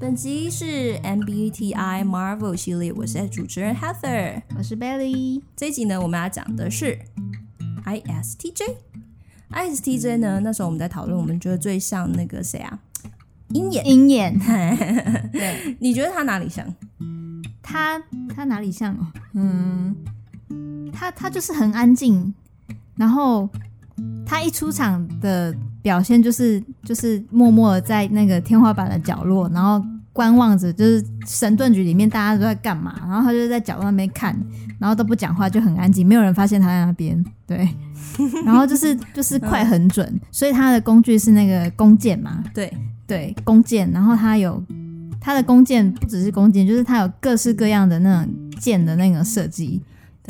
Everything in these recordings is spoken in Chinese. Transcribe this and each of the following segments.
本集是 MBTI Marvel 系列，我是主持人 Heather。我是 Belly，这一集呢，我们要讲的是 ISTJ。ISTJ 呢，那时候我们在讨论，我们觉得最像那个谁啊，鹰眼。鹰眼，对你觉得他哪里像？他他哪里像哦？嗯，他他就是很安静，然后他一出场的表现就是就是默默地在那个天花板的角落，然后观望着，就是神盾局里面大家都在干嘛，然后他就在角落那边看，然后都不讲话，就很安静，没有人发现他在那边。对，然后就是就是快很准，所以他的工具是那个弓箭嘛，对，对弓箭，然后它有它的弓箭不只是弓箭，就是它有各式各样的那种箭的那个设计。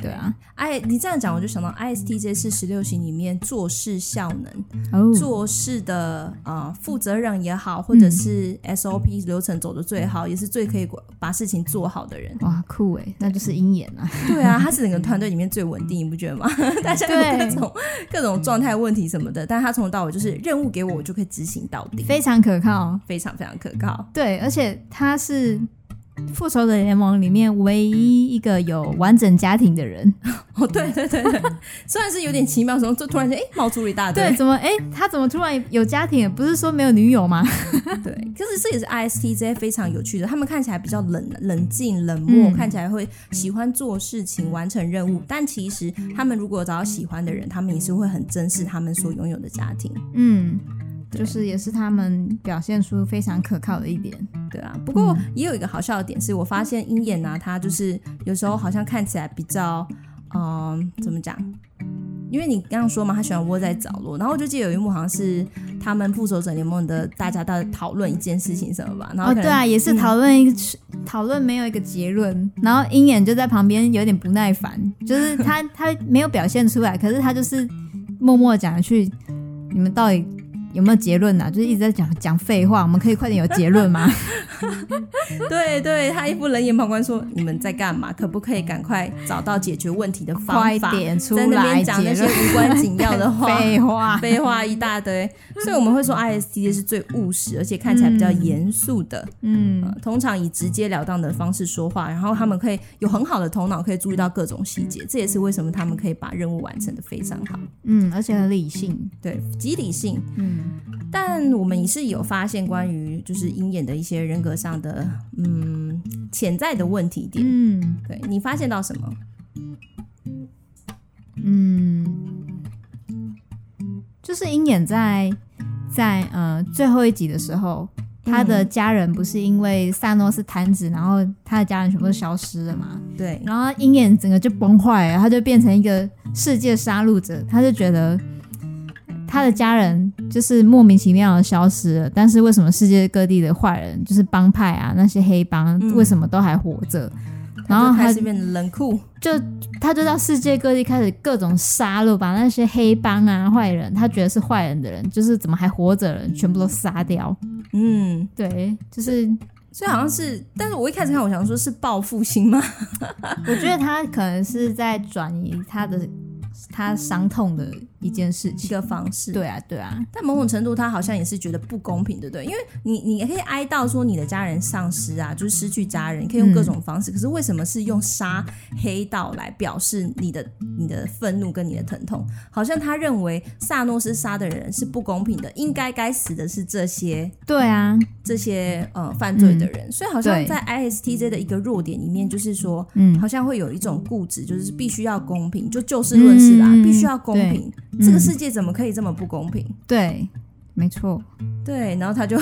对啊，哎，你这样讲，我就想到 ISTJ 是十六型里面做事效能、哦做事的呃负责任也好，或者嗯是 SOP 流程走的最好，也是最可以把事情做好的人。哇酷哎，那就是鹰眼啊。 对啊，他是整个团队里面最稳定，你不觉得吗？ 大家有各嗯对种 各种状态问题什么的，但他从头到尾就是任务给我，我就可以执行到底，非常可靠。非常非常可靠。对，而且他是复仇者联盟里面唯一一个有完整家庭的人。哦，对对对 对，虽然是有点奇妙，从就突然间哎冒出了一大堆， 嗯对，怎么哎，他怎么突然有家庭？不是说没有女友吗？对，可是这也是 ISTJ 非常有趣的，他们看起来比较冷冷静、冷漠，嗯看起来会喜欢做事情、完成任务，但其实他们如果找到喜欢的人，他们也是会很珍视他们所拥有的家庭。嗯，就是也是他们表现出非常可靠的一点。对啊，不嗯过也有一个好笑的点是，我发现鹰眼啊，他就是有时候好像看起来比较，嗯、怎么讲？因为你刚刚说嘛，他喜欢窝在角落，然后我就记得有一幕好像是他们复仇者联盟的大家在讨论一件事情什么吧，然后哦，可能对啊，也是嗯讨论一个讨论没有一个结论，然后鹰眼就在旁边有点不耐烦，就是他他没有表现出来，可是他就是默默地讲一句，你们到底有没有结论啊？就是一直在讲讲废话，我们可以快点有结 论吗？对对，他一副冷眼旁观说：“你们在干嘛？可不可以赶快找到解决问题的方快法？”点出在那来边讲结那些论，无关紧要的 话， 废话，废话一大堆。所以我们会说 ISTJ 是最务实，而且看起来比较嗯严肃的，嗯呃，通常以直截了当的方式说话，然后他们可以有很好的头脑，可以注意到各种细节。这也是为什么他们可以把任务完成的非常好，嗯，而且很理性，对，极理性。嗯但我们也是有发现关于就是鹰眼的一些人格上的嗯潜在的问题点。嗯对你发现到什么？嗯，就是鹰眼在在呃最后一集的时候，他的嗯家人不是因为萨诺斯弹指，然后他的家人全部都消失了嘛？对，然后鹰眼整个就崩坏了，他就变成一个世界杀戮者，他就觉得他的家人就是莫名其妙的消失了，但是为什么世界各地的坏人，就是帮派啊那些黑帮，嗯为什么都还活着？然后就开他始变得冷酷，就他就到世界各地开始各种杀戮，把那些黑帮啊、坏人，他觉得是坏人的人，就是怎么还活着的人，全部都杀掉。嗯，对，就是所以好像是，但是我一开始看，我想说是报复心吗？ 我觉得他可能是在转移他的他伤痛的一件事一情。个方式，。对啊，对啊，但某种程度，他好像也是觉得不公平，对不对？因为你，你也可以哀悼说你的家人丧失啊，就是失去家人，可以用嗯各种方式。可是为什么是用杀黑道来表示你的你的愤怒跟你的疼痛？好像他认为萨诺斯杀的人是不公平的，应该该死的是这些对啊，这些呃犯罪的人，所以好像嗯对在 ISTJ 的一个弱点里面，就是说，嗯好像会有一种固执，就是必须要公平，就就事论事啦，嗯必须要公平，对这个嗯世界怎么可以这么不公平？对，没错，对，然后他就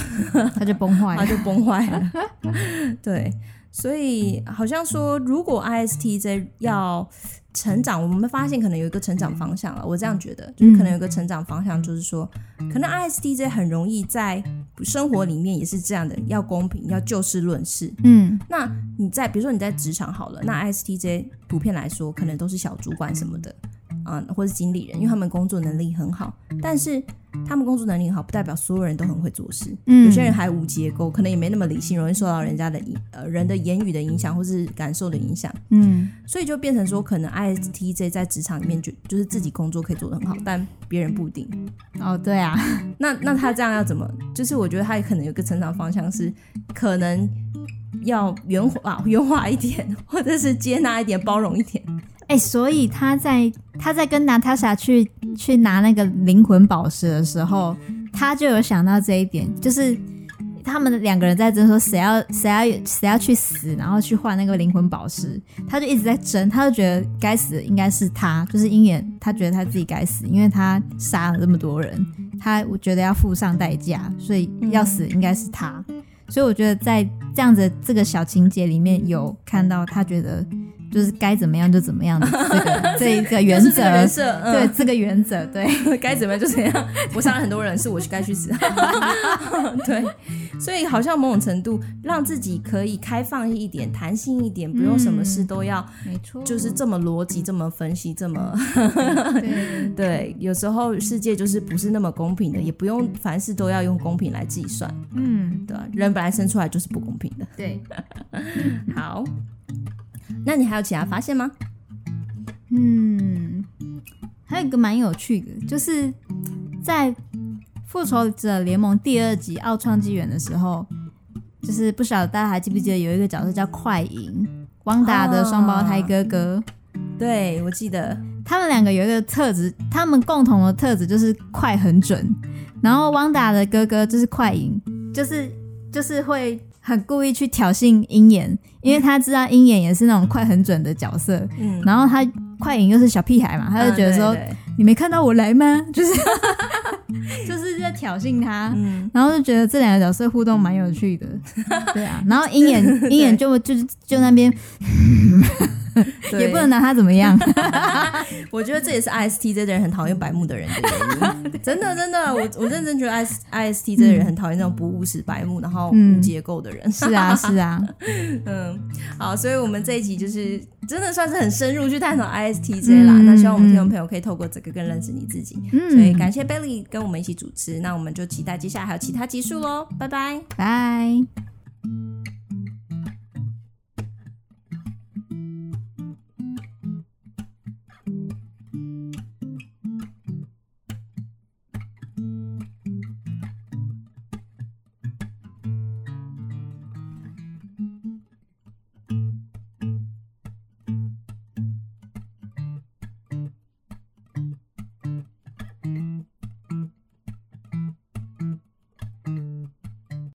他就崩坏他了。就崩坏了，对，所以好像说，如果 ISTJ 要成长，我们发现可能有一个成长方向了，我这样觉得，就是可能有一个成长方向，就是说，可能 ISTJ 很容易在生活里面也是这样的，要公平，要就事论事，嗯那你在比如说你在职场好了，那 ISTJ 普遍来说可啊能都是小主管什么的，嗯，或是经理人，因为他们工作能力很好，但是他们工作能力很好，不代表所有人都很会做事。嗯有些人还无结构，可能也没那么理性，容易受到人家的影呃人的言语的影响或是感受的影响，嗯所以就变成说，可能 ISTJ 在职场里面就就是自己工作可以做得嗯很好，但别人不一定。哦对啊，那那他这样要怎么？就是我觉得他可能有一个成长方向是，可能要圆滑啊圆滑一点，或者是接纳一点，包容一点。哎、所以他在他在跟娜塔莎去去拿那个灵魂宝石的时候，他就有想到这一点，就是他们两个人在争说谁要谁要谁要去死，然后去换那个灵魂宝石，他就一直在争，他就觉得该死的应该是他，就是鹰眼，他觉得他自己该死，因为他杀了这么多人，他我觉得要付上代价，所以要死应该是他。所以我觉得在这样子的这个小情节里面，有看到他觉得就是该怎么样就怎么样的这个这一个原就是这个则人，设，对嗯，这个原则，对，对， 该怎么样就怎样。我杀了很多人，是我去该去死。 对，所以好像某种程度让自己可以开放一点、弹性一点，不用什么事都要没错就是这么逻辑、这么分析、这么 对，对。有时候世界就是不是那么公平的，也不用凡事都要用公平来计算。嗯，对啊、人本来生出来就是不公平的。对，好，那你还有其他发现吗？嗯，还有一个蛮有趣的，就是在《复仇者联盟》第二集《奥创纪元》的时候，就是不晓得大家还记不记得有一个角色叫快银，汪达的双胞胎哥哥。对，我记得，他们两个有一个特质，他们共同的特质就是快很准。然后汪达的哥哥就是快赢，就是就是会很故意去挑衅鹰眼，因为他知道鹰眼也是那种快很准的角色。嗯，然后他快赢又是小屁孩嘛，他就觉得说、啊嗯对对你没看到我来吗？就是就是在挑衅他。嗯，然后就觉得这两个角色互动蛮有趣的，对啊。然后鹰眼鹰眼就就就那边对也不能拿他怎么样， 我觉得这也是 ISTJ 的人很讨厌白目的人的 原因。真的，真的，我我认真觉得 IS ISTJ 的人很讨厌那种不务实、白目，然后无嗯结构的人。是啊是啊， 嗯，好，所以我们这一集就是真的算是很深入去探讨 ISTJ 啦。嗯那希望我们听众朋友可以透过这个更认识你自己。嗯，所以感谢 Bailey 跟我们一起主持，那我们就期待接下来还有其他集数喽，拜拜。拜。